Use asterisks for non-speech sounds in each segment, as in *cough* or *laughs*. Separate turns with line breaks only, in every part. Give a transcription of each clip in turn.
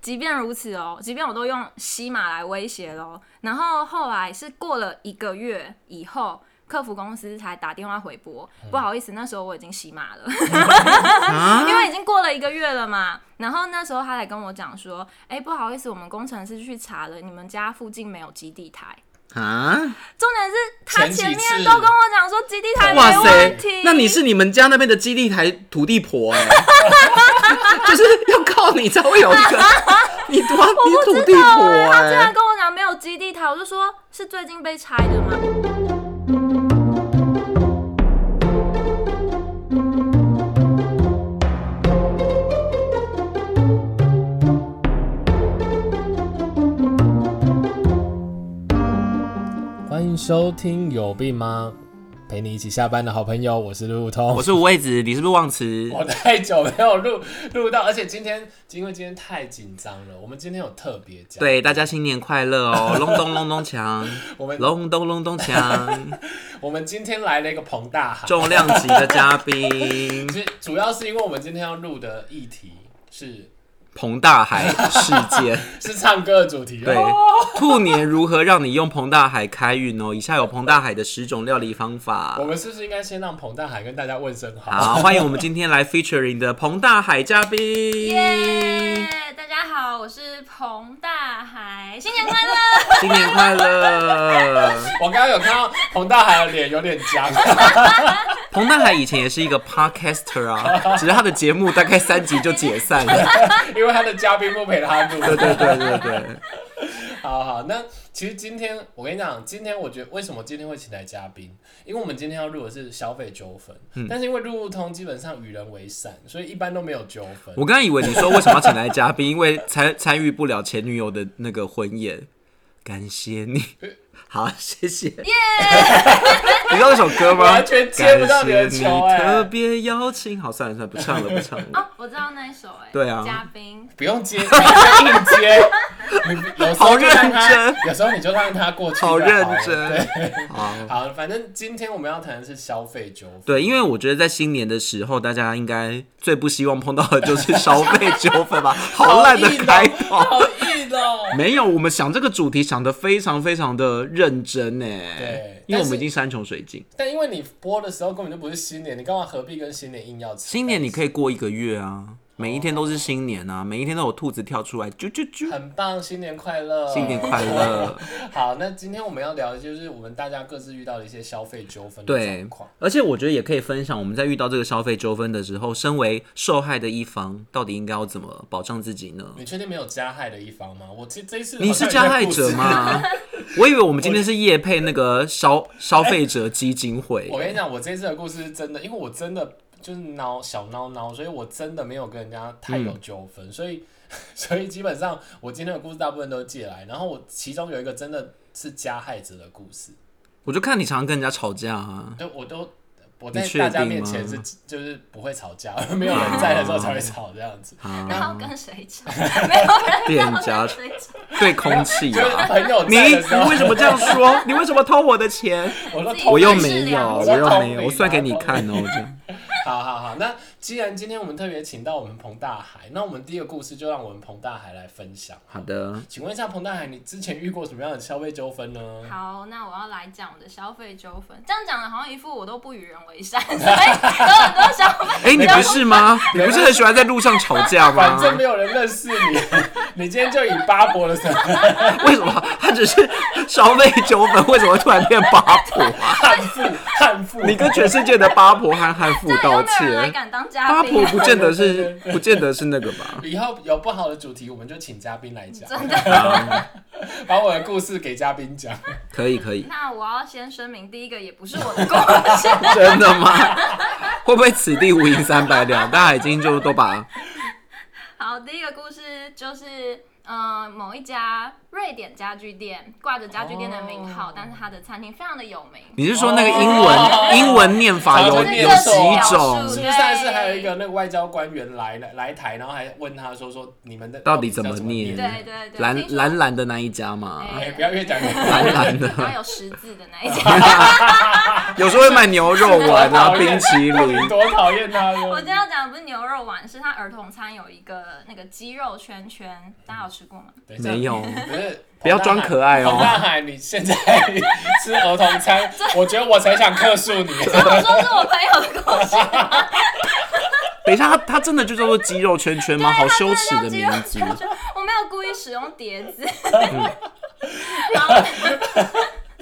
即便如此哦，即便我都用西马来威胁喽。然后后来是过了一个月以后，客服公司才打电话回拨，不好意思，那时候我已经洗马了，
啊
*laughs* 因为已经过了一个月了嘛。然后那时候他才跟我讲说，哎、不好意思，我们工程师去查了，你们家附近没有基地台。
啊！
重点是他
前几
前面
次
都跟我讲说基地台
哇
没
塞
问题，，
那你是你们家那边的基地台土地婆哎、 *laughs* 就是要靠你才会有一个， *laughs* 你多你土地婆
对啊他
哎、
竟然跟我讲没有基地台，我就说是最近被拆的吗？
欢迎收听《有病吗》，陪你一起下班的好朋友，我是路路通。
我是五味子，你是不是忘词？
我太久没有录录到，而且今天因为今天太紧张了，我们今天有特别讲，，
对，大家新年快乐
*laughs*
哦！隆咚隆咚锵，
我们
隆咚隆咚锵，
我们今天来了一个彭大海，
重量级的嘉
*laughs*
宾
其实主要是因为我们今天要录的议题是
彭大海事
*laughs*
件。
是唱歌的主题，
对，兔年如何让你用彭大海开运哦？以下有彭大海的十种料理方法
我。们是不是应该先让彭大海跟大家问声
好，欢迎我们今天来 featuring 的彭大海嘉宾。
耶！大家好，我是彭大海，新年快
*laughs*
乐！
新年快乐！
我刚刚有看到彭大海的脸有点僵， *laughs*
彭大海以前也是一个 podcaster 啊，只是他的节目大概三集就解散了。
因为他的嘉宾不陪他录，
对对对对对。
好好，那其实今天我跟你讲，今天我觉得为什么今天会请来嘉宾，因为我们今天要录的是消费纠纷，
嗯
但是因为路路通基本上与人为善，所以一般都没有纠纷。
我刚刚以为你说为什么要请来嘉宾，因为参参与不了前女友的那个婚宴。感谢你，好，谢谢。你知道那首歌吗？
完全接不到你的
感谢
球哎
特别邀请，好，算了算了，不唱了，不唱了。
哦，我知道那一首哎、
对啊
嘉宾
不用接，不用硬接。你有时候就让他
好认，
有时候你就让他过去就
好
好了。
认真
哦对，，
好。
好，反正今天我们要谈的是消费纠纷。
对，因为我觉得在新年的时候，大家应该最不希望碰到的就是消费纠
*laughs*
纷吧，好烂的开头。
好哦硬哦。
没有，我们想这个主题想的非常非常的认真呢。
对
因为我
但是
们已经山穷水尽。
但因为你播的时候根本就不是新年，你干嘛何必跟新年硬要吃？
新年你可以过一个月啊，每一天都是新年啊，每一天都有兔子跳出来，啾啾啾，
很棒，新年快乐！
新年快乐。
*laughs* 好，那今天我们要聊的就是我们大家各自遇到的一些消费纠纷的
对
状况。，
而且我觉得也可以分享，我们在遇到这个消费纠纷的时候，身为受害的一方，到底应该要怎么保障自己呢？
你确定没有加害的一方吗？我这这一
*laughs*
次
你是加害者
好像有在
吗？ *laughs* 我以为我们今天是业配那个消消费者基金会
故事？ *laughs* 我跟你讲，我这一次的故事是真的，因为我真的就是挠小挠挠，所以我真的没有跟人家太有纠纷，所以 *laughs* 所以基本上我今天的故事大部分都借来，然后我其中有一个真的是加害者的故事，
我就看你常常跟人家吵架啊。
对我都。我
你
在
确
大家
定
面前
吗
是就是不会吵架， *laughs* 没有人在的时候才会吵这样子。 *laughs*
嗯
然后跟谁唱？ *laughs* 没有人
店
知道
家
跟谁唱，
对空气
就是
*laughs* 啊！
朋友
你
在的时候
你，为什么这样 *laughs* 说？你为什么偷我的钱？
我说
自己
同
我又
还是
没有，
良
我
知
又没
同理
有，
啊
我算给你看哦。这样
*laughs* 好好好，那既然今天我们特别请到我们彭大海，那我们第一个故事就让我们彭大海来分享。
好 *laughs* 的，
请问一下彭大海，你之前遇过什么样的消费纠纷呢？
好，那我要来讲我的消费纠纷。这样讲的好像一副我都不与人为善，所以有很多消费。
哎，你不是吗？你不是很喜欢在路上吵架 *laughs*
反
吗？
正没有人认识你，你今天就以八婆的身份
为什么他只是消费纠纷，为什么突然变八婆 *laughs* 啊？
汉妇汉妇，
你跟全世界的八婆和汉妇
这样有
道
没有人来
歉。
敢当嘉
八
宾
婆
啊？
不见得是，不见得是那个吧？
以后有不好的主题，我们就请嘉宾来讲，
真的。
把我的故事给嘉宾讲。
可以，可以。 *laughs*
那我要先声明，第一个也不是我的故事。
真的吗？会不会此地无银三百两？大家已经就都把
好，第一个故事就是呃某一家瑞典家具店挂着家具店的名号，
哦
但是它的餐厅非常的有名。
你是说那个英文、
哦
英文念法有
就是
有
各
几
种表
种
述
是不是上一次还有一个那个外交官员来来来台，然后还问他说说你们的
到底怎
么
么念？
对对对听
蓝
说
蓝蓝的那一家嘛，
哎
哎、不要越讲
*laughs*
越
蓝蓝的，
然后有十字的那一
*laughs*
家，
有时候会卖牛肉丸啊、冰淇淋。
你多讨厌他
我
哟！
今天要讲的不是牛肉丸，是它儿童餐有一个那个鸡肉圈圈，大家有吃过
*laughs*
吗？
等一下
没，有，
不是
*laughs* 不要装可爱哦
彭大海，你现在 *laughs* 吃儿童
*laughs*
餐，我觉得我才想
*laughs*
克诉你。
啊我说是我朋友的故事，
等一下，它它真的就叫做鸡肉圈圈
啊
吗？好羞耻的名字。嗯
我没有故意使用碟子。然后 *laughs*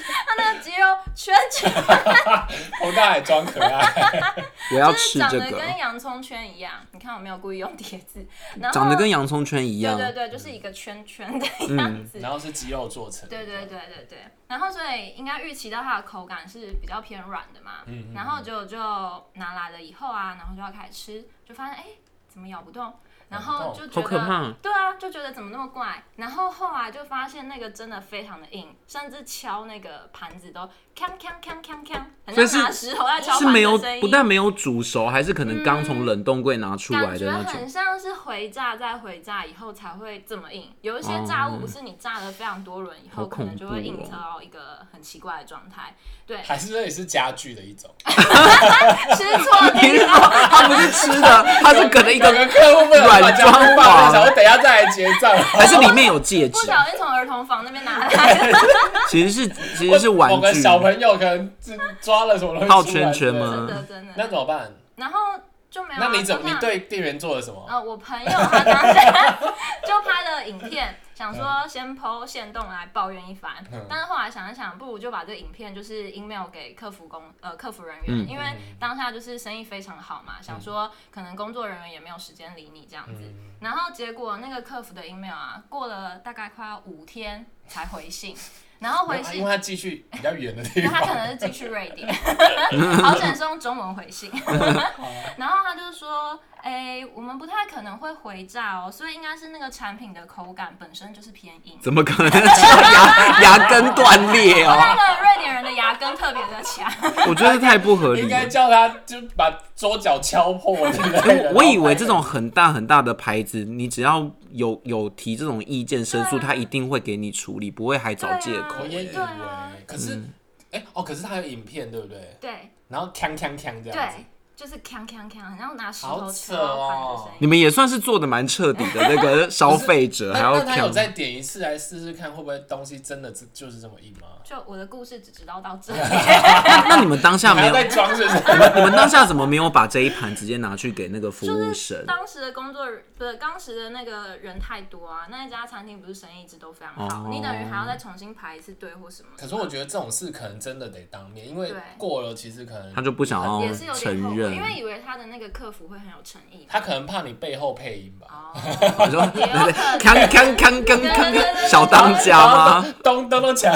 它那个鸡肉圈圈
彭大海装可爱，
我要
就
吃
是长
这
得
个，
跟洋葱圈一样，你看我没有故意用 *laughs* 碟子，然后
长得跟洋葱圈一样嗯
对。对对，就是一个圈圈的样子。
然后是肌肉做成。
对对对对对，然后所以应该预期到它的口感是比较偏软的嘛，然后就就拿来了以后啊，然后就要开始吃，就发现哎怎么咬不动，然后就觉
好可
得
怕
对啊，就觉得怎么那么怪，然后后来就发现那个真的非常的硬，甚至敲那个盘子都锵锵锵锵锵，
所以
很
是
像拿石头在敲
是
盘
没有
的声，
不
音。
但没有煮熟，还是可能刚从冷冻柜拿出来
感
的
觉
那种。
很像是回炸，再回炸以后才会这么硬。有一些炸物不是你炸了非常多轮以后，
哦好
可能就会
恐怖
硬
哦
到一个很奇怪的状态。
*laughs*
对，
还是这也是家具的
*laughs*
一种，
吃错
你是
地
说
方。
它不是吃的，它是可能一
有
个，
个客户不能把
软
家具
装
放
潢
着，想说等一下再来结
*laughs*
账。
还是里面有戒
不
指？
小心从儿童房那边
*laughs* 嗯
拿来，
其实是其实是玩
某个
具。
小朋友可能是抓了什么东西
套
出
圈
来
圈
之类的
吗
真的真
那
的。
怎么办？
然后就没有啊。
那你怎
就
么？
这
你
样
对店员做了什么？
呃，我朋友他当下 *laughs* 就拍了影片，想说先剖线动来抱怨一番，
嗯
但是后来想一想，不如就把这个影片就是 email 给客服工呃客服人员，
嗯
因为当下就是生意非常好嘛，想说可能工作人员也没有时间理你这样子。
嗯
然后结果那个客服的 email 啊，过了大概快要五天才回信，然后回
因为啊因
信
为。他继续比较远的地
因为 *laughs* 他可
方，
能是寄去瑞典， *laughs* 好险是用中文回
*laughs*
信。然后他就说：“哎、我们不太可能会回炸哦，所以应该是那个产品的口感本身就是偏硬。
怎么可能牙牙根断裂
那
哦？
个瑞典人的牙根特别的强，
我觉得太不合理
应
了
该。叫他就把桌角敲破之类的。
我以为这种很大很大的牌子，你只要有有提这种意见申诉，
对啊
他一定会给你处理，不会还找借
对啊
口
我。也以为
对啊，
可是哎哦，可是他有影片对不对？
*laughs* 对
然后锵锵锵这样子
对，，就是锵锵锵，很像拿石
好
头
扯
敲
哦
盘的声音。
你们也算是做的蛮彻底的那个消费者，
那
还要
那他有
看
再点一次来试试看，会不会东西真的是就是这么硬吗？
就我的故事只知道到
*laughs*
这里， *laughs*
那你们当下
还
没
要
有？
再装是不是？
你们当下怎么没有把这一盘直接拿去给那个服务生？
当时的工作人不是当时的那个人太多啊，那一家餐厅不是生意一直都非常好，
哦
你等于还要再重新排一次队或什么的。
可是我觉得这种事可能真的得当面，因为
对
过了其实可能
他就不想要
也是有点后
哦承
悔，
认
因。为以为他的那个客服会很有诚意。
*laughs*
他可能怕你背后配音吧。
哦，
我说，
也有可能
康康康康
对对对对
康，
对
小当家吗？
咚咚咚锵，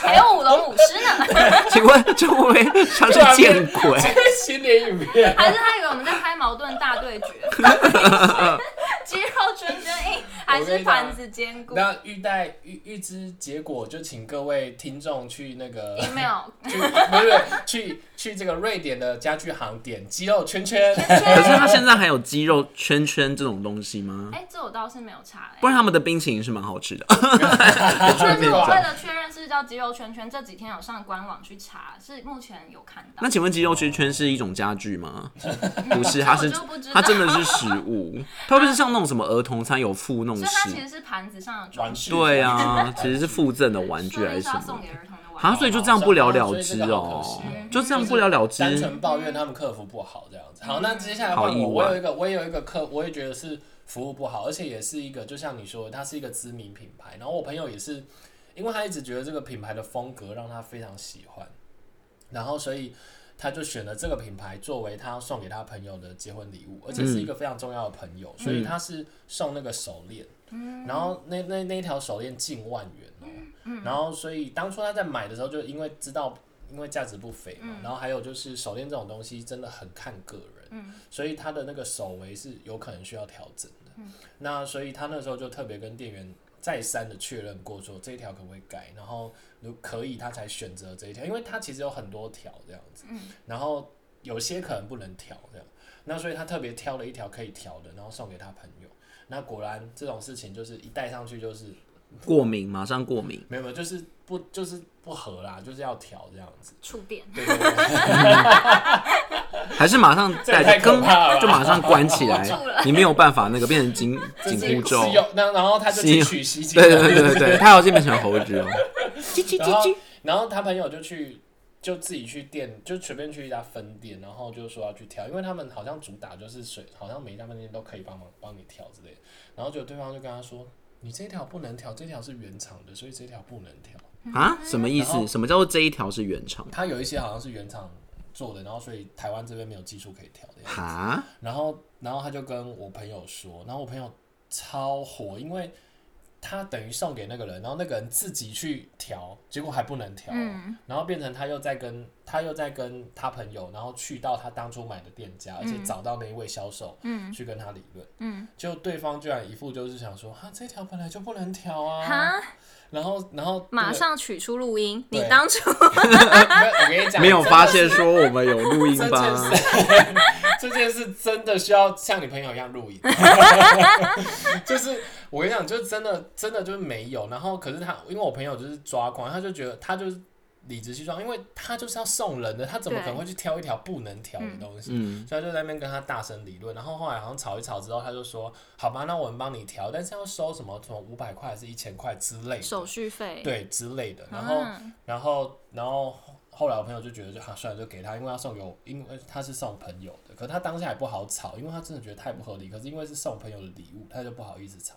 还有舞龙舞狮呢， *laughs*
*laughs* 请问这会不会像是见鬼？
新年影片。
还是他以为我们在拍矛盾大对决？ *laughs* 肌肉圈圈硬，还是盘子坚固
那预待预预知结果，就请各位听众去那个
？email
去 *laughs* 不是去去这个瑞典的家具行点肌肉圈
*laughs*
圈，*laughs*
可是他现在还有肌肉圈圈这种东西吗？
哎，这我倒是没有查
不
哎，
然他们的冰淇淋是蛮好吃
*laughs*
的。
但是我为了确认是叫肌肉圈圈，这几天有上官网去查，是目前有看到
那。请问肌肉圈圈是一种家具吗？不是，
这
它是
我就不知道
它真的是食物，它会不会是像那种什么儿童餐有附那种
所以它其
食？
实是盘子上的装
玩
饰，
具
对啊，其实是附赠的玩具
说
还
明
是
是
什
要
么
送？给儿童的玩
啊，
具。
所以就这样不了了
所以
之
这个好
哦
可惜、
就这样不了了之。
单纯抱怨他们客服不好这样子。好，那接下来
好
换
意
我，
外
我有一个，我也有一个客，我也觉得是服务不好，而且也是一个，就像你说的，它是一个知名品牌。然后我朋友也是，因为他一直觉得这个品牌的风格让他非常喜欢，然后所以他就选了这个品牌作为他送给他朋友的结婚礼物，而且
嗯
是一个非常重要的朋友，所以他是送那个手链。然后那那那一条手链近万元哦、然后所以当初他在买的时候，就因为知道因为价值不菲嘛，然后还有就是手链这种东西真的很看个人，所以他的那个手围是有可能需要调整的。那所以他那时候就特别跟店员再三的确认过说这一条可不可以改，然后如可以他才选择这一条，因为他其实有很多条这样子，然后有些可能不能调这样，那所以他特别挑了一条可以调的，然后送给他朋友。那果然这种事情就是一戴上去就是
过敏，马上过敏。
没有没有，就是不就是不合啦，就是要调这样子。
触电，
对对对。
还是马上
这也
带
太
着
可
跟
怕了吧
就马上关起来
住了，
你没有办法那个变成紧
这
紧
是
箍
是
咒。
有，那然后他就去取西经，
对对对对对，他好像变成猴子哦。
然后然后他朋友就去就自己去店，就随便去一家分店，然后就说要去挑，因为他们好像主打就是水，好像每一家分店都可以帮忙帮你挑之类的。然后就对方就跟他说：“你这条不能挑，这条是原厂的，所以这条不能挑。
啊，什么意
然
思？
后
什么叫做这一条是原厂？
它有一些好像是原厂做的，然后所以台湾这边没有技术可以挑的。”
哈，
然后，然后他就跟我朋友说，然后我朋友超火，因为他等于送给那个人，然后那个人自己去调，结果还不能调，
嗯
然后变成他又在跟他又在跟他朋友，然后去到他当初买的店家，而且找到那一位销售，
嗯
去跟他理论，
嗯，
就对方居然一副就是想说，啊哈，这条本来就不能调啊，
哈，
然后然后
马
*laughs*
上取出录音。
对
你当初 *laughs*
对我跟你讲，
没有发现说我们有录音
这件
吧？
事，这件事真的需要像你朋友一样录影。 *laughs* 就是我跟你讲，就真的真的就是没有。然后可是他，因为我朋友就是抓狂，他就觉得他就是理直气壮，因为他就是要送人的，他怎么可能会去挑一条不能挑的东西？
嗯，
所以他就在那边跟他大声理论。然后后来好像吵一吵之后，他就说：“好吧，那我们帮你调，但是要收什么什么五百块还是一千块之类的
手续费，
对之类的。”然后
啊
然后，然后后来我朋友就觉得就，哈、啊算了，就给他，因为他送给我，因为他是送朋友的，可是他当下也不好吵，因为他真的觉得太不合理。可是因为是送朋友的礼物，他就不好意思吵。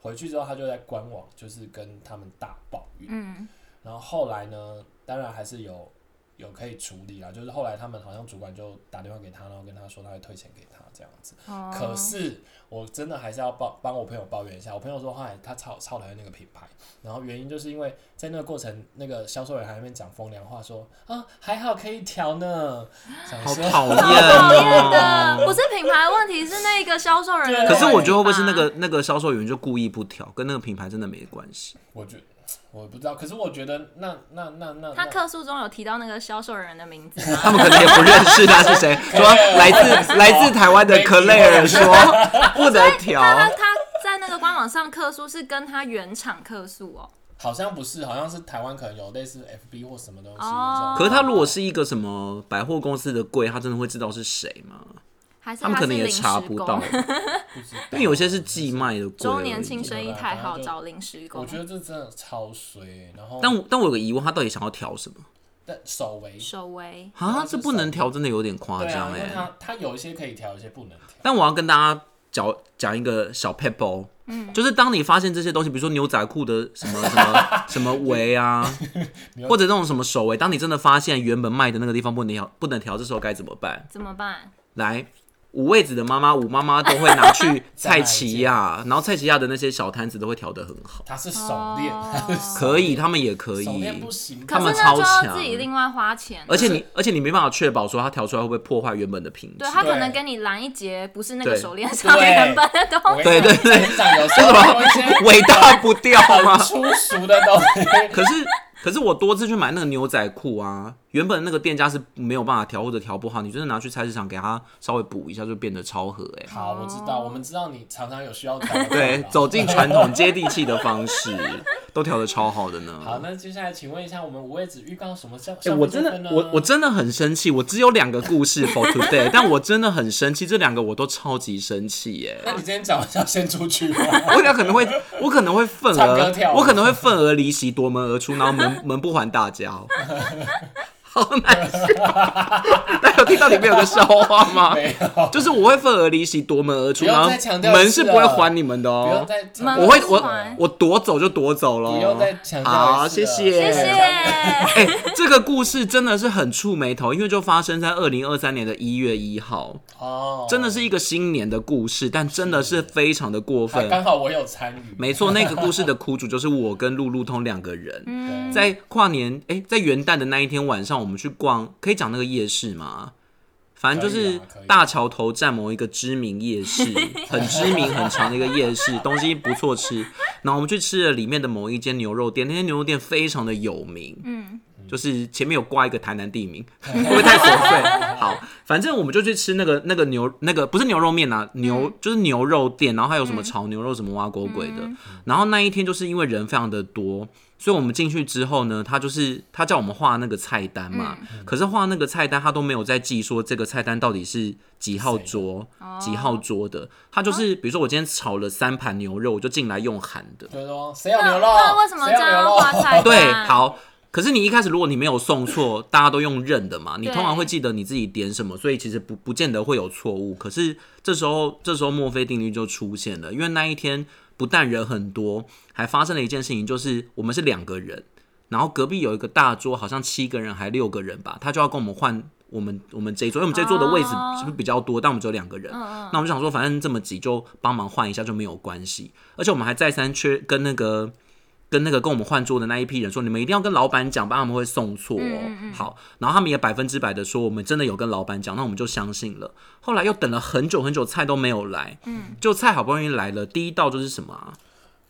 回去之后，他就在官网就是跟他们大抱怨。
嗯
然后后来呢，当然还是有有可以处理啊，就是后来他们好像主管就打电话给他，然后跟他说他会退钱给他这样子。
哦，
可是我真的还是要抱帮我朋友抱怨一下，我朋友说后来他超超讨厌那个品牌，然后原因就是因为在那个过程，那个销售人还在那边讲风凉话说啊还好可以调呢，想
好
说
讨厌
讨厌
哦。
的，不是品牌问题，是那个销售人的问题吧。
可是我觉得会不会是那个那个销售员就故意不调，跟那个品牌真的没关系？
我觉我不知道，可是我觉得那那那那
他
那
客诉中有提到那个销售人的名字吗？
他们可能也不认识他是谁，说来自来自台湾的克雷尔说不能调，
他他在那个官网上客诉是跟他原厂客诉哦，
好像不是，好像是台湾可能有类似 FB 或什么东西的这
哦
种。
可是他如果是一个什么百货公司的柜，他真的会知道是谁吗？
还是
他们
他
可
是
能也
临时
查不
工
到，
*laughs*
不知道
因为有些是寄卖的柜
周
而
年庆
已。
生意太好，找临时工
我。觉得这真的超衰，欸然后
但我但我有个疑问，他到底想要调什么
但手围
首为
啊？这不能调，真的有点夸
对啊，
张
因为
哎。
他他有一些可以调，有一些不能调。
但我要跟大家讲讲一个小 pebble，嗯，就是当你发现这些东西，比如说牛仔裤的什么什
*laughs*
么什么围啊，或者这种什么手围，当你真的发现原本卖的那个地方不能调，不能调，这时候该怎么办？
怎么办？
来，五味子的妈妈、五妈妈都会拿去
再买
菜
一
奇
件 *laughs*
亚，然后菜奇亚的那些小摊子都会调得很好，
他是手链，他是手
可以，他们也可
手链不
以。
行吧，
可
哦他们
是那
超
就要
强
自己另外花钱，
而且你，而且你没办法确保说它调出来会不会破坏原本的品质
对。他可
对
能给你拦一截，不是那个
对
手链上面原本的东西。
对对对
我跟你讲，有时候有
*laughs*
一些
味道不掉吗
*laughs* 很？粗俗的东
*laughs*
西，
可是，可是我多次去买那个牛仔裤啊，原本那个店家是没有办法调或者调不好，你真的拿去菜市场给它稍微补一下，就变得超合哎、
好，我知道，我们知道你常常有需要找的
对，走进传统接地气的方式，都调的超好的呢。
好，那接下来请问一下，我们五位子预告什么项？
哎、我真的，我我真的很生气。我只有两个故
*laughs*
事 for today，但我真的很生气，这两个我都超级生气耶、
那你今天讲完要先出去吗？
*laughs* 我俩可能
*laughs*
会，我可能会愤
唱歌跳
而，
舞
我可能会愤而离席，夺门而出，然后门门不还大家
*laughs*
哦。好难笑！大家有听到里面有个笑话吗？
没有，
就是我会愤而离席，夺门而出，
不
然
要
后
再强调一次了
门是不会还你们的
不用
哦。
再，
门
我会
不
我
还
我夺走就夺走喽。
不用再强调一次了
好，谢
谢谢。
哎、这个故事真的是很触眉头，因为就发生在二零二三年的一月一号，
哦，
真的是一个新年的故事，但真的是非常的过
啊
分。
刚好我有参与，
没错，那个故事的苦主就是我跟路路通两个人，
对
在跨年，哎、在元旦的那一天晚上，我们去逛，可以讲那个夜市吗？反正就
可以
是
啊可以啊
大桥头站某一个知名夜
*laughs*
市，很知名很长的一个夜市，东西不错吃。然后我们去吃了里面的某一间牛肉店，那间牛肉店非常的有名，
嗯，
就是前面有挂一个台南地名， *laughs* 会不会太琐碎？好，反正我们就去吃那个那个牛那个不是牛肉面啊，牛、就是牛肉店，然后还有什么炒牛肉什么挖狗鬼的。然后那一天就是因为人非常的多，所以我们进去之后呢，他就是他叫我们画那个菜单嘛，可是画那个菜单他都没有在记说这个菜单到底是几号桌几号桌的，他就是比如说我今天炒了三盘牛肉，我就进来用喊的。
就是说谁有牛
*laughs*
肉？
那为什么
谁
这
有牛
样
肉？
画菜单？
哦对，好。可是你一开始如果你没有送错， *laughs* 大家都用认的嘛，你
对
通常会记得你自己点什么，所以其实不不见得会有错误。可是这时候，这时候墨菲定律就出现了，因为那一天不但人很多，还发生了一件事情，就是我们是两个人，然后隔壁有一个大桌，好像七个人还六个人吧，他就要跟我们换我们我们这一桌，因为我们这一桌的位置
哦
是不是比较多，但我们只有两个人，那我们就想说反正这么挤就帮忙换一下就没有关系，而且我们还再三确跟那个。跟那个跟我们换桌的那一批人说，你们一定要跟老板讲，不然他们会送错哦。好，然后他们也百分之百的说，我们真的有跟老板讲，那我们就相信了。后来又等了很久很久，菜都没有来，嗯，就菜好不容易来了，第一道就是什么、啊？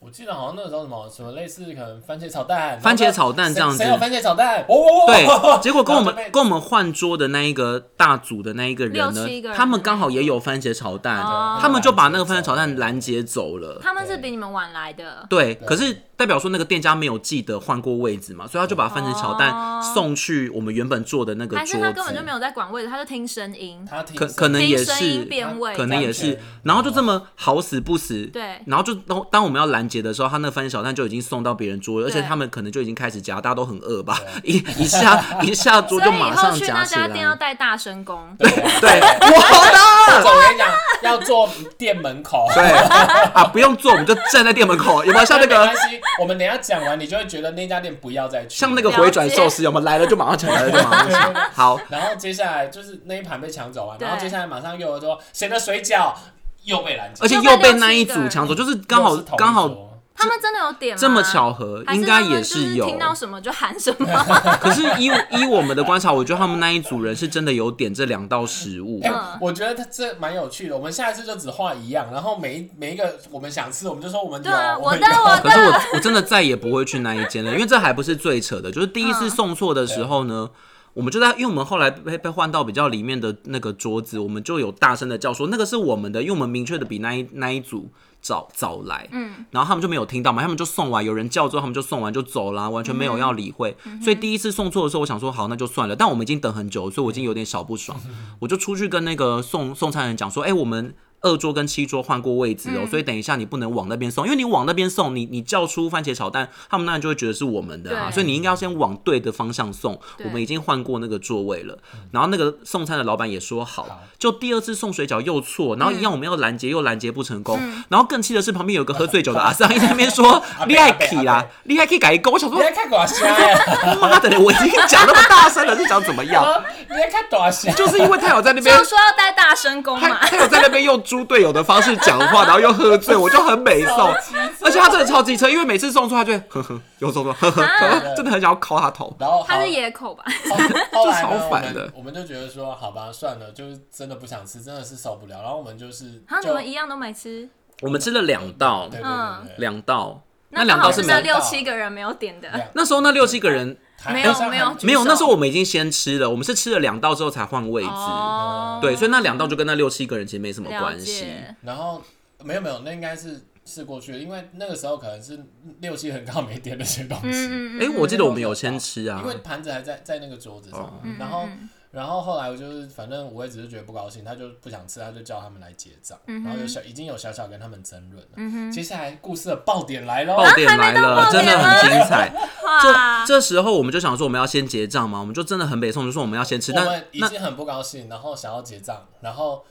我记得好像那个时候什么什么类似可能番茄炒蛋，
番茄
然后
炒蛋
谁
这样子
谁有番茄炒蛋？哦哦哦，
*laughs* 对，
*laughs*
结果跟我们
然后就被
跟我们换桌的那一个大组的那一个人
六
呢
七个，人
他们刚好也有番茄炒蛋，
哦
他们就把那个番茄炒蛋拦截走了。
他们是比你们晚来的，
对，可是代表说那个店家没有记得换过位置嘛，所以他就把番茄炒
哦
蛋送去我们原本坐的那个
还是
桌
他根本
子
就没。有在管位置，他就听声音，
他挺
可可能也
听声音
是，
变位，
可能也
完
是
全，
然后就这么好死不死，
对
然后就当当我们要拦截的时候，他那个番茄小蛋就已经送到别人桌了，而且
对
他们可能就已经开始夹，大家都很饿吧，一一下一下桌
所
就
以以
马
后
上
去
夹
那
起
家店要
来。
带大声公，
*laughs* 对，我
我跟你讲，要坐店门口。
的，对啊，不用做，我们就站在店门口，有没有像那
没
个
关系，我们等一下讲完，你就会觉得那家店不要再去。
像那个回转寿司，有没有来了就马上抢，来了就马上抢。好，
然后接下来就是那一盘被抢走啊，
对
然后接下来马上又有说谁的水饺又被拦截，
而且
就
又被
六
那
七
一
个
组
人
抢走，就是刚好
*laughs*
又是同一
刚好
桌
他们真的有点吗
这么，巧合，
还
应
是
该
啊他们
也
就是
有。
听到什么就喊什么，
*laughs* 可是依依我们的观察，我觉得他们那一组人是真的有点这两道食物。
哎、
嗯
我觉得他这蛮有趣的。我们下一次就只画一样，然后每一每一个我们想吃，我们就说我们有，
对啊，我
们
的
有
我
*laughs* 可是
的，
我我真的再也不会去那一间了，因为这还不是最扯的，就是第一次送错的时候呢。我们就在，因为我们后来被被换到比较里面的那个桌子，我们就有大声的叫说那个是我们的，因为我们明确的比那一那一组早早来，嗯，然后他们就没有听到嘛，他们就送完，有人叫之后他们就送完就走啊啦，完全没有要理会。所以第一次送错的时候，我想说好那就算了，但我们已经等很久，所以我已经有点小不爽，我就出去跟那个送送餐人讲说，哎、我们二桌跟七桌换过位置哦，
嗯
所以等一下你不能往那边送，因为你往那边送，你你叫出番茄炒蛋，他们那就会觉得是我们的啊，
对
所以你应该要先往对的方向送。
对
我们已经换过那个座位了，然后那个送餐的老板也说好
好，
就第二次送水饺又错，
嗯
然后一样我们要拦截又拦截不成功，然后更气的是旁边有一个喝醉酒的阿桑一直在那边
*laughs*
说
阿伯
厉害 k
阿
啦，厉害 k 改一个，我想
你
说
在看寡虾呀？
妈的嘞，我已经讲那么大声了，是想怎么
*laughs*
样？
你在看寡虾？
就是因为他有在那边
就说要带大声公
他
嘛，
他有在那边用猪队友的方式讲话，然后又喝醉，我就很美送，而且他真的超机车，因为每次送出他就会呵呵，有种说呵呵，
啊
真的很想要敲他头。
然后
他
好
是野口吧？
后后来
就
呢，
超
我
烦的
们我们就觉得说，好吧，算了，就是真的不想吃，真的是受不了。然后我们就是，
然后
就
你啊们一样都没吃，
我们吃了两道
对，对
嗯
对对对，
两道，那
那
两
刚
道
好
是
是
没
那
两
六七个人没有点的，
两
那时候那六七个人
还
没有
好像
没有
还
举
没有，
手
那时候我们已经先吃了，我们是吃了两道之后才换位置，
哦，
对，所以那两道就跟那六七个人其实没什么
了
关系。
解，
然后没有没有，那应该是试过去的，因为那个时候可能是六七很刚好没点那些东西，
嗯嗯嗯
哎，我记得我们有先吃啊
因，为盘子还在在那个桌子上，
哦
然后。然后后来我就是，反正我也只是觉得不高兴，他就不想吃，他就叫他们来结账，
嗯
然后有小已经有小小跟他们争论了。接下来故事的爆点来喽，
爆点来了，
啊还没到爆
真
点
的很精
*laughs*
彩。
嗯，哇
这，这时候我们就想说我们要先结账嘛，我们就真的很北宋，就说我们要先吃，
我
但
们已
那
经很不高兴，然后想要结账，然后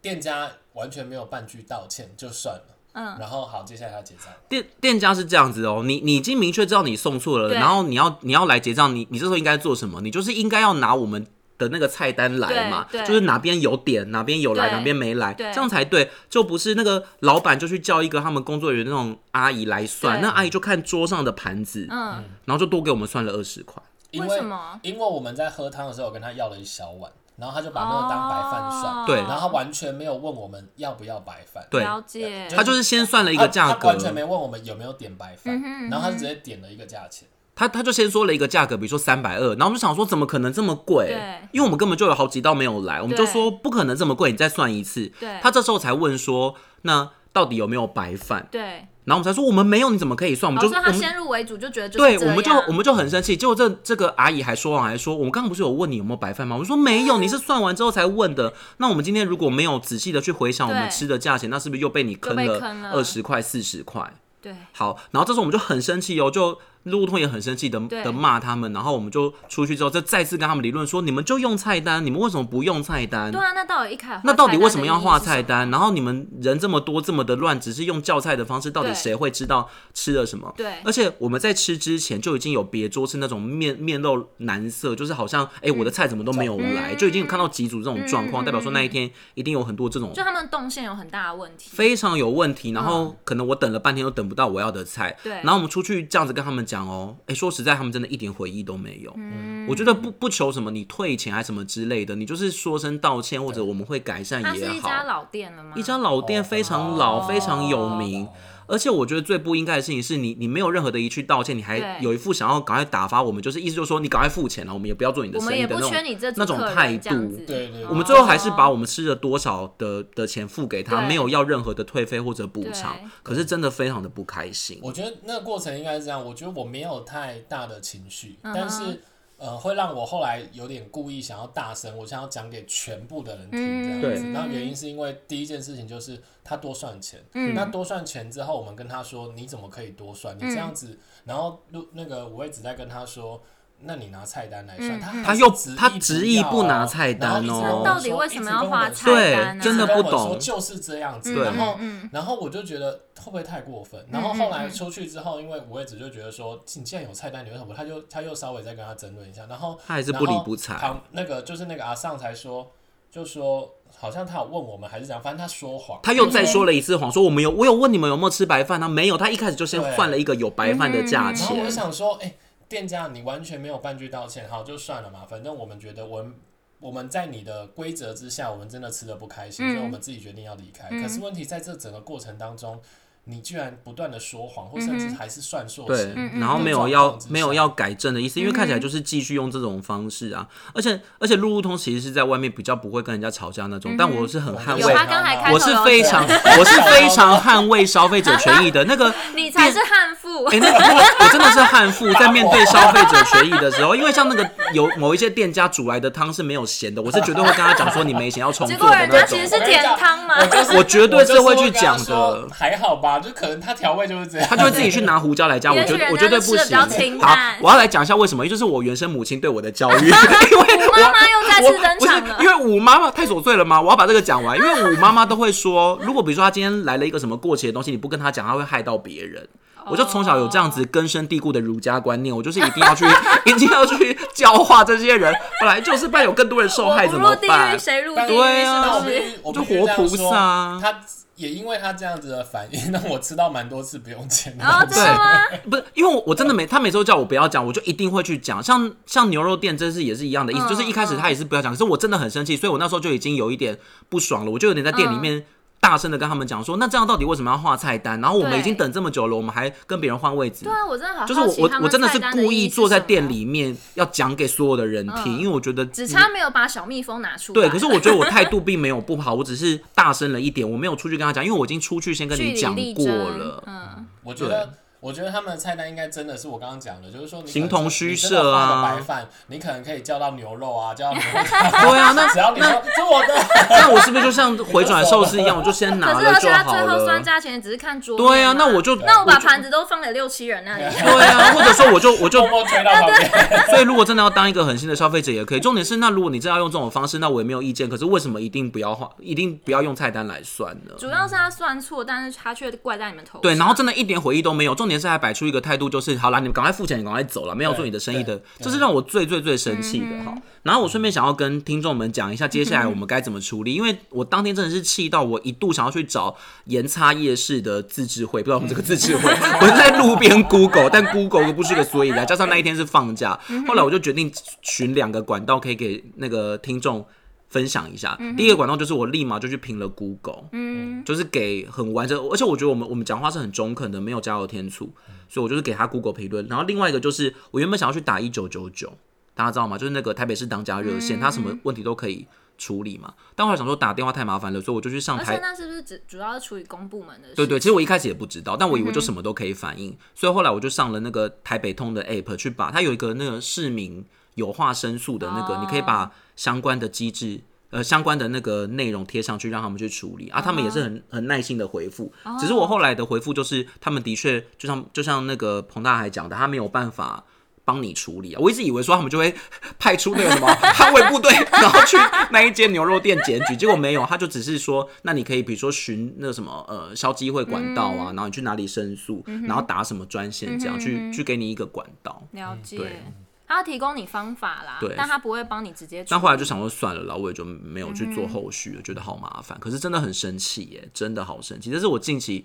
店家完全没有半句道歉，就算了。
嗯，
然后好，接下来他结账，
店店家是这样子哦，你你已经明确知道你送错了，
对
然后你要你要来结账，你你这时候应该做什么？你就是应该要拿我们。的那个菜单来嘛，
对对
就是哪边有点，哪边有来，
对
哪边没来，
对
这样才对，就不是那个老板就去叫一个他们工作人员那种阿姨来算，
对
那阿姨就看桌上的盘子，
嗯，
然后就多给我们算了二十块，
因
为什么
因为我们在喝汤的时候，我跟他要了一小碗，然后他就把那个当白饭算，
哦
对
然后他完全没有问我们要不要白饭，
对
了解，
他就是先算了一个价
他他
格
完，全没问我们有没有点白饭，
嗯哼嗯哼
然后他就直接点了一个价钱。
他他就先说了一个价格，比如说三百二，然后我们就想说怎么可能这么贵
对？
因为我们根本就有好几道没有来，我们就
对
说不可能这么贵，你再算一次。
对
他这时候才问说，那到底有没有白饭？
对，然
然后我们才说我们没有，你怎么可以算？我们
后
就
哦所以
我
他
们
先入为主就觉得就是
对，
这
我们就
样
我们就很生气。结果这这个阿姨还说完啊还说，我们刚刚不是有问你有没有白饭吗？我们说没有，你是算完之后才问的。那我们今天如果没有仔细的去回想我们
对
吃的价钱，那是不是又被你坑
就被坑
了
了
二十块、四十块？
对
好，然后这时候我们就很生气哦，就路通也很生气的
对
的骂他们，然后我们就出去之后，再再次跟他们理论说，你们就用菜单，你们为什么不用菜单
对？啊，那到底一开始
那到底为什么要画
画
菜
单的意义是什么？
单？然后你们人这么多，这么的乱，只是用叫菜的方式，到底
对
谁会知道吃了什么？
对
而且我们在吃之前就已经有别桌是那种面面露难色，就是好像哎、
嗯
我的菜怎么都没有来，就已经有看到几组这种状况，代表说那一天一定有很多这种
就他们的动线有很大的问题，
非常有问题，然后可能我等了半天都等不到我要的菜，
嗯对
然后我们出去这样子跟他们讲哦，哎，说实在，他们真的一点回忆都没有。
嗯
我觉得不不求什么你退钱还什么之类的，你就是说声道歉，或者我们会改善
它
也
是一
好。
家老店了吗？
一家老店非常老，非常有
哦
名。而且我觉得最不应该的事情是你，你没有任何的一句道歉，你还
对
有一副想要赶快打发我们，就是意思就是说你赶快付钱了，我们也不要做你的
我
生
们
意
也
的
不
那种
缺你这组
那种
客人
态
这样
度
子。
对对对
我们最后还是把
哦
我们吃了多少的的钱付给他，
对
没有要任何的退费或者补偿
对，
可是真的非常的不开心。
我觉得那个过程应该是这样，我觉得我没有太大的情绪，
嗯
但是呃，会让我后来有点故意想要大声，我想要讲给全部的人
嗯
听这样子。
对
然后原因是因为第一件事情就是他多算钱，
嗯
那多算钱之后，我们跟他说你怎么可以多算？你这
嗯
样子，然后录那个五位子在跟他说。那你拿菜单来算，
嗯
他
他
还是
又
执
他
意
执
不
意
要
不
哦
拿菜
然后
单
一直
哦
跟我
那
到
说
底为
一
什
直
么要
跟我
画
说
菜单呢、
对真的
跟
不
我们
懂
说就是这样子。
嗯
然后，
嗯嗯
然后我就觉得会不会太过分？然后后来出去之后，因为我也只就觉得说，你既然有菜单，你为什么不？他就他又稍微再跟他争论一下，然后
他还是
然
不理
后
不睬
旁那个就是那个阿尚才说，就说好像他有问我们还是怎样，反正他说谎。
他又再说了一次谎，说我们有我有问你们有没有吃白饭，他没有，他一开始就先
对
换了一个有白
嗯
饭的价
然后我就
钱。
想说，哎、店家你完全没有半句道歉，好就算了嘛，反正我们觉得我们我们在你的规则之下，我们真的吃的不开心，
嗯
所以我们自己决定要离开。
嗯
可是问题在这整个过程当中，你居然不断的说谎，或
嗯
甚至还是算错
对
钱，，
嗯
然后没有要没有要改正的意思，因为看起来就是继续用这种方式啊，而且而且路路通其实是在外面比较不会跟人家吵架那种，但我是很捍
我
有
卫
嗯他刚才开头
我
有
是
讲
非常，我
*laughs*
是非常捍卫消费者权益的。那个，
你才是悍妇，
哎、那个我我真的是悍妇，在面对消费者权益的时候，因为像那个有某一些店家煮来的汤是没有咸的，我是绝对会跟他讲说你没咸要重
结
做
果
的
人
那
家
种
其。实是甜汤嘛。
我绝对
是
是会去讲的，
还好吧，就可能他调味就是这样，
他就会自己去拿胡椒来加，我
也许 *laughs*
绝对
人
我
家
绝对
就
不
吃得比较
行。
清
好
淡，
我要来讲一下为什么，因为就是我原生母亲对我的教
*laughs*
育，因为我
妈妈又再次
我
登
不是
场了
因为五妈妈太琐碎了吗？我要把这个讲完，因为五妈妈都会说，啊如果比如说她今天来了一个什么过期的东西，你不跟她讲，她会害到别人。我就从小有这样子
哦
根深蒂固的儒家观念，我就是一定要去， *laughs* 一定要去教化这些人。本来就是，不然有更多人受害
我不
怎
入
么
地
办
狱？谁入地
但
狱？
对啊
但
是
我
不
必
是？
须
就
我必须这样
活菩
说
萨啊
他也因为他这样子的反应， *laughs* 让我吃到蛮多次不用钱的
哦
然后
东
哦真
西。
的吗？
不是，因为我我真的每他每次都叫我不要讲，我就一定会去讲。像像牛肉店，真是也是一样的意思，
嗯
就是一开始他也是不要讲，可是我真的很生气，所以我那时候就已经有一点不爽了，我就有点在店里
嗯
面。大声的跟他们讲说，那这样到底为什么要画菜单？然后我们
对
已经等这么久了，我们还跟别人换位置
对，啊，我真的好好
就是我
奇
我
他们
我真的
菜
是
单
故
意
意
义是
坐在
什么
店，里面要讲给所有的人听，
嗯
因为我觉得
只
你
差没有把小蜜蜂拿出来。
对，可是我觉得我态度并没有不好，我只是大声了一点，我没有出去跟他讲，因为我已经出去先跟
据
你
理
讲
力
过
争
了。
嗯，
我觉
对
得，我觉得他们的菜单应该真的是我刚刚讲的，就是说你可能
形同虚
你真的
设啊
放了白饭，你可能可以叫到牛肉啊，叫到牛肉汤。
*laughs* 对啊，那
*laughs* 只要你说这我的，
那我是不是就像回转寿司一样，我就先拿
可是
了
而
就
且他
好
最后算
了？
价钱只是看桌面嘛。
对啊，那我就
那我把
就
盘子都放给六七人那里。
*laughs*
*laughs*
对啊，或者说我就我就
默，默推到旁边。
所以如果真的要当一个狠心的消费者也可以。重点是，那如果你真的要用这种方式，那我也没有意见。可是为什么一定不要花，一定不要用菜单来算呢？
主要是他算错，但是他却怪在你们头上。
对，然后真的一点回忆都没有。重点是还摆出一个态度，就是好啦，你们赶快付钱，你赶快走了，没有做你的生意的
对，
这是让我最最最生气的哈。然后我顺便想要跟听众们讲一下，接下来我们该怎么处理，因为我当天真的是气到我一度想要去找盐叉夜市的自治会，不知道我们这个自治会，我在路边 Google，但 Google 不是个所以然，加上那一天是放假，后来我就决定寻两个管道可以给那个听众。分享一下。第一个管道就是我立马就去评了 Google，
嗯，
就是给很完整，而且我觉得我们我们讲话是很中肯的，没有加油添醋，所以我就是给他 Google 评论。然后另外一个就是我原本想要去打一九九九，大家知道吗？就是那个台北市当家热线，它
嗯
什么问题都可以处理嘛。但后来想说打电话太麻烦了，所以我就去上
而
台
且那是不是只主要是处于公部门的事？嗯
对对，其实我一开始也不知道，但我以为就什么都可以反映，所以后来我就上了那个台北通的 app 去把它有一个那个市民有话申诉的那个，
哦
你可以把相关的机制。呃，相关的那个内容贴上去，让他们去处
哦
理啊。他们也是很很耐心的回复只是我后来的回复就是，他们的确就像就像那个彭大海讲的，他没有办法帮你处理啊。我一直以为说他们就会派出那个什么捍卫部队，然后去那一间牛肉店检举，结果没有，他就只是说，那你可以比如说寻那个什么呃消基会管道啊，然后你去哪里申诉，然后打什么专线这样、去去给你一个管道。
了解
对。
他要提供你方法啦
对，
但他不会帮你直接处理。
但后来就想说算了啦，我也就没有去做后续了，觉得好麻烦。可是真的很生气耶，真的好生气，这是我近期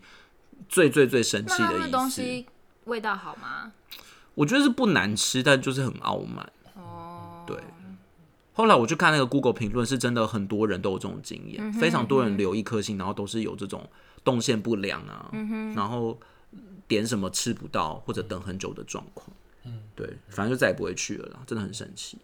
最最最生
那
气
他
的
们的
一
东
次。
西味道好吗？
我觉得是不难吃，但就是很傲慢。
哦，
对后来我去看那个 Google 评论，是真的很多人都有这种经验，非常多人留一颗星，然后都是有这种动线不良啊，然后点什么吃不到或者等很久的状况。对，反正就再也不会去了啦，真的很生气。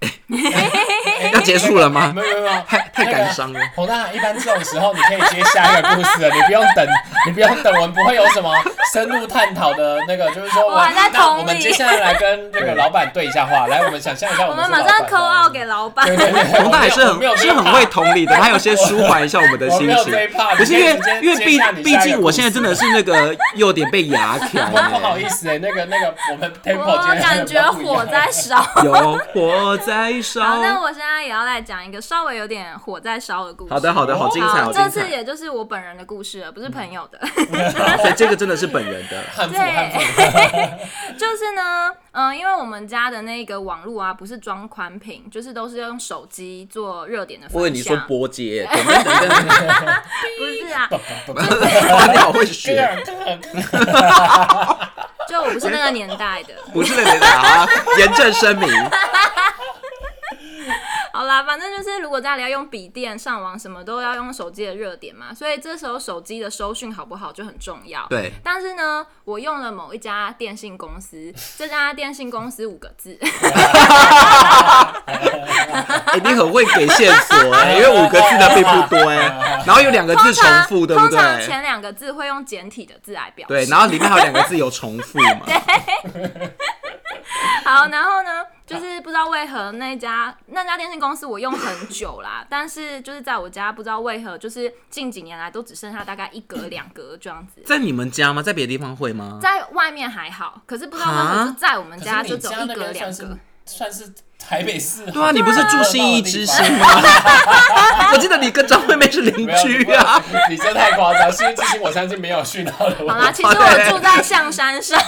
哎
要结束了吗？
没有没有没有，
太太感伤了。
洪大海，一般这种时候你可以接下一个故事了，你不用等， *laughs* 你不用等，我们不会有什么深入探讨的那个，就是说
我还在
那
同
我们
理
接下来来跟这个老板对一下话，来，我们想象一下
我
们
们
是
马
老板啊
上扣奥给老板。
对对对，
洪大也是
我没有
很是很会同理的，他有些舒缓一下我们的
我
心
没有
情
这一。怕，
不是因
你可以
为
直接
因为
接下
毕
你
毕
下一个
竟
故
我
事
现在真的是那个有点被
*laughs*
牙条
我不好
了，
意思哎、那个那个我们 tempo
我
今天
感觉火在
*laughs*
烧。
有火在
好，那
烧。
我现在也要来讲一个稍微有点火在烧的故事。
好的，好的，好精彩，
好，
好
这
精
次
彩。
也就是我本人的故事了，不是朋友的。
所以这个真的是本人的，
汉服
对
汉服，
*laughs* 就是呢，嗯、因为我们家的那个网络啊，不是装宽屏，就是都是用手机做热点的分享。
我跟你说波姐，等
*laughs*
等等等，
不是啊，
哇，你好会
这
学，
样这样
就我不是那个年代
*laughs*
的。
不是那个啊，严正声明，
好啦，反正就是如果家里要用笔电上网，什么都要用手机的热点嘛，所以这时候手机的收讯好不好就很重要。
对，
但是呢，我用了某一家电信公司，这家电信公司五个
*laughs*
字，
哎，你很会给线
*laughs*
索哎，因为五个字的并不多哎，然后有两个字
通
重
常
复，对不
通常
对？
前两个字会用简体的字来表示。
对，然后里面还有两个字有重复
*laughs*
嘛，
好，然后呢，就是不知道为何那家那家电信公司我用很久
*laughs*
啦，但是就是在我家不知道为何，就是近几年来都只剩下大概一格两格这样子。
在你们家吗？在别的地方会吗？
在外面还好，可是不知道为何
哈
就在我们
可
家
是
就
你
只有
家
一
那
格
边
两
算是
格。
算是台北市
对啊，你不是住新一之星吗？ *laughs* 我记得你跟张惠妹是邻
没有
居
*laughs*
啊。，
你不要你这太夸张，新一之星我相信没有讯号的
好
问
*laughs*
啦，
题。
其实我住在象山上。 *laughs*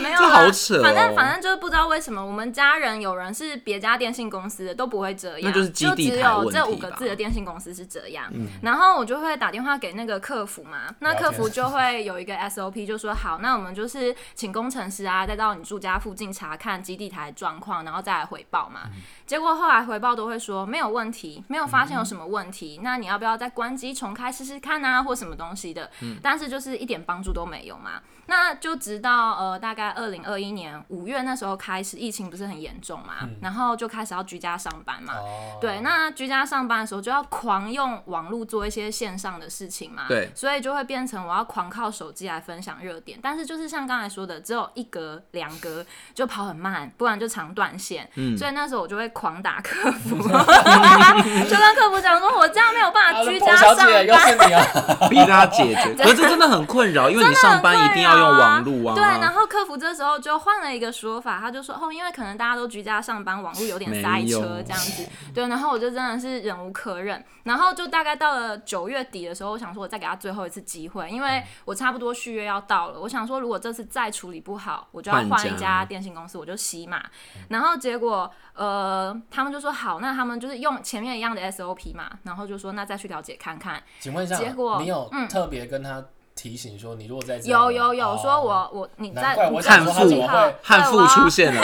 没有啦，啊
这好扯哦
反正反正就是不知道为什么，我们家人有人是别家电信公司的，都不会这样，
那就是基地
只
台问
有
题
这五个
吧
字的电信公司是这样。然后我就会打电话给那个客服嘛，那客服就会有一个 SOP，就说好，那我们就是请工程师啊，再到你住家附近查看基地台状况，然后再来回报嘛。结果后来回报都会说没有问题，没有发现有什么问题，那你要不要再关机重开试试看啊，或什么东西的？但是就是一点帮助都没有嘛。那就直到呃大概二零二一年五月那时候开始，疫情不是很严重嘛，然后就开始要居家上班嘛。
哦
对，那居家上班的时候就要狂用网络做一些线上的事情嘛，
对
所以就会变成我要狂靠手机来分享热点。但是就是像刚才说的，只有一格两格就跑很慢，不然就常断线。
嗯
所以那时候我就会狂打客
*laughs*
服， *laughs* 就跟客服讲说，我这样没有办法
好了
居家
彭小
上
姐
*laughs*
又
班。
是你啊！
逼他解决，可是这真的很困扰，因为你上班一定要用网络啊。
对，然后客服这时候就换了一个说法，他就说哦，因为可能大家都居家上班，网络有点塞
没有
车这样子。对，然后我就真的是忍无可忍，然后就大概到了九月底的时候，我想说我再给他最后一次机会，因
嗯
为我差不多续约要到了，我想说如果这次再处理不好，我就要
换
换一
家
家电信公司，我就洗码。然后结果呃，他们就说好，那他们就是用前面一
哦
样的 SOP 嘛，然后就说那再去了解看看。
*laughs* 请问一下
结，果嗯
你有特别跟他提醒说，你如果在这
有有有
哦
说我我你
难
在
怪
你
我
在
想
悍
说他
几
怎
妇
么
号
会，
悍
*laughs* 对我
妇
要
出现了，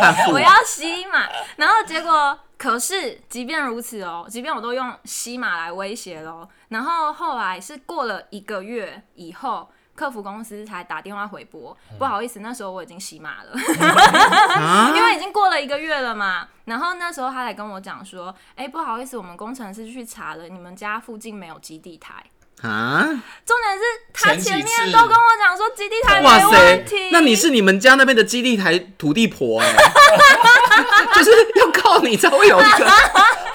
悍妇
我。要吸嘛。然后结果，可是即便如此哦，即便我都用吸马来威胁喽。然后后来是过了一个月以后，客服公司才打电话回拨，
嗯
不好意思，那时候我已经吸马了，
啊
因为已经过了一个月了嘛。然后那时候他才跟我讲说，哎、不好意思，我们工程师去查了，你们家附近没有基地台。
啊！
重点是他
前几
前面
次
都跟我讲说基地台
哇
没
塞
问题，，
那你是你们家那边的基地台土地婆哎、 *laughs* 就是要靠你才会有一
*laughs*
个，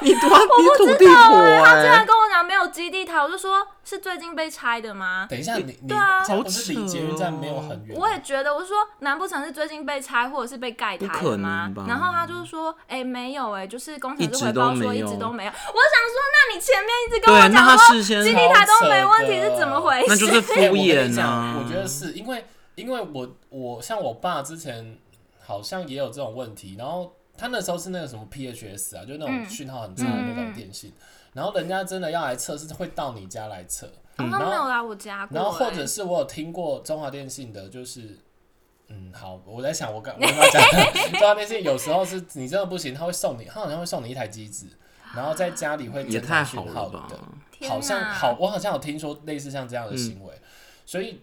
你土
哦
你土地婆
他竟
哎、
然跟我讲没有基地台，我就说是最近被拆的吗？
等一下你你
对啊
这样不是离
好扯
捷运站没有很远吗，
我也觉得，我说难不成是最近被拆或者是被盖台
不
了
可
吗
能吧？
然后他就说，哎、没有、哎，就是工程
一
师
直
回报说
都没
一直
有
都没有。我想说，那你前面一直跟我
对那
讲
他
说
事先
基地台都没问题
超扯的
是怎么回
那就是
事？
敷
哎我跟你
衍
讲
啊！
我觉得是因为，因为我我像我爸之前好像也有这种问题，然后他那时候是那个什么 PHS 啊，就那种
嗯
讯号很差的那种电信，然后人家真的要来测，是会到你家来测，
哦
嗯
他
然
没有
后
来我家过、
然后或
哎
者是我有听过中华电信的，就是。嗯，好，我在想我刚我刚讲的中华电信有时候是你真的不行，他会送你，他好像会送你一台机子，然后在家里会
也
侦
太
查讯
好
号
了吧！嗯
的，
天
好像
哪
好，我好像有听说类似像这样的行为，所以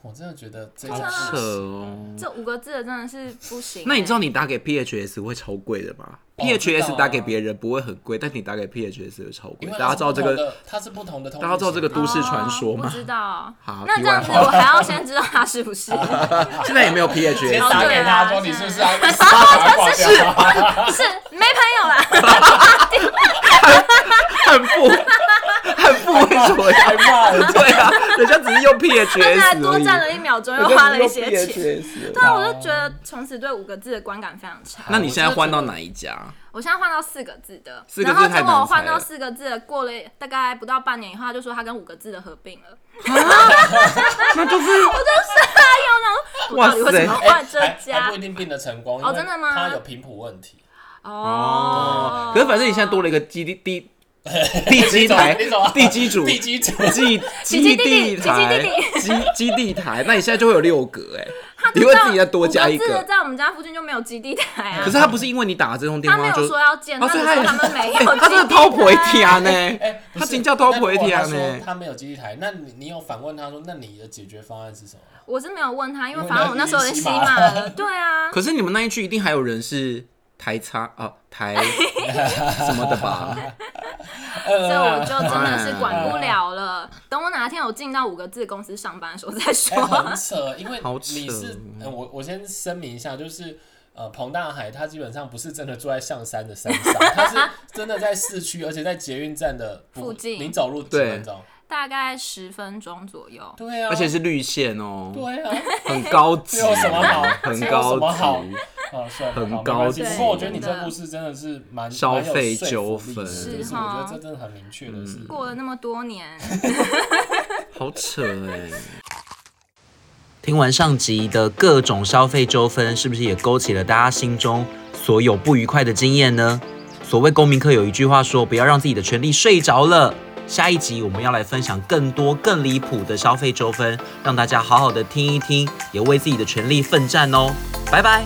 我真的觉得这
好
种
扯
扯
事
哦。
这五个字的真的是不行、
那你知道
哎
你打给 PHS 会超贵的吗
哦我知道啊
？PHS 打给别人不会很贵，但你打给 PHS 会超贵
因为。
大家知道这个，
它是不同的，它是不同的通讯
大家知道这个都市传说
哦
嘛
不知道。
好
那
题
这
外
样子
话
我还要先知道他是不是？ *laughs*
现在也没有
直接
PHS，
打给
哦
他
对啊
说你是不是要一直把它挂掉？
是没朋友啦。
*laughs* 很富，很富为什
*laughs*
么
还
要？
骂人
*laughs* 对啊，人家只是用 PHS
但
而
是
已，
还多占了一秒钟，又花了一些
人家只
钱。
是用 PHS 而已
对啊，我就觉得从此对五个字的观感非常差。
那你现在换到哪一家？
我现在换到四个字的，
四个字
然后结
太难
果我换
猜
到
了
四个字的，过了大概不到半年以后，他就说他跟五个字的合并了。
啊 *laughs* 那就
*laughs*
是
啊我到底为什么
哎
换这
还还
家
不一？定病得成功，
哦真的吗
他有频谱问题，
哦，
可是反正你现在多了一个基地地
*laughs*
地基台
你走啊、
地基主、
地基主。
基
奇迹地
基
地
地台
奇、
基基地台，那你现在就会有六个哎，你
你
会自己再多加一
个字的
个。
在我们家附近就没有基地台啊
可是。他不是因为你打了这通电
他没
话
有
就
说，要建，
哦
他只
所以他
说
也
他
*laughs*
们没有基地台。
他真的偷回家啊呢
*laughs* 哎、不
他
是
真叫偷回啊
那如果
家
他说
呢。
他没有基地台，那你你有反问他说，那你的解决方案
*laughs*
是什么？
我是没有问他，因为
因为
反正我那时候已经吸满了。
*laughs*
对啊，
可是你们那一区一定还有人是台差啊台什么的吧？
所以我
呃，
就真的是管不了了。等我哪天我进到五个字公司上班的时候再
哎、
说。
很扯，因为
好扯
你是、呃、我我先声明一下，就是呃，彭大海他基本上不是真的住在象山的山
*laughs*
上，他是真的在市区，而且在捷运站的不
附近
你走路几分钟？
*laughs* 大概十分钟左右。
对啊，
而且是绿线哦，
对
*laughs*
啊，
很高级，
这有什么好
很
这有什
高
么好
级。
啊，算了，
很
好没
高
关系
级
不过我觉得你这
真的
故事真的是蛮
消
蛮有
费
说
纠
服力
纷
的
是
就是我
哈
觉得这真的很明确的是，
过了那么多年，
好扯哎、
听完上集的各种消费纠纷，是不是也勾起了大家心中所有不愉快的经验呢？所谓公民课有一句话说：“不要让自己的权利睡着了。”下一集我们要来分享更多更离谱的消费纠纷，让大家好好的听一听，也为自己的权利奋战哦。拜拜。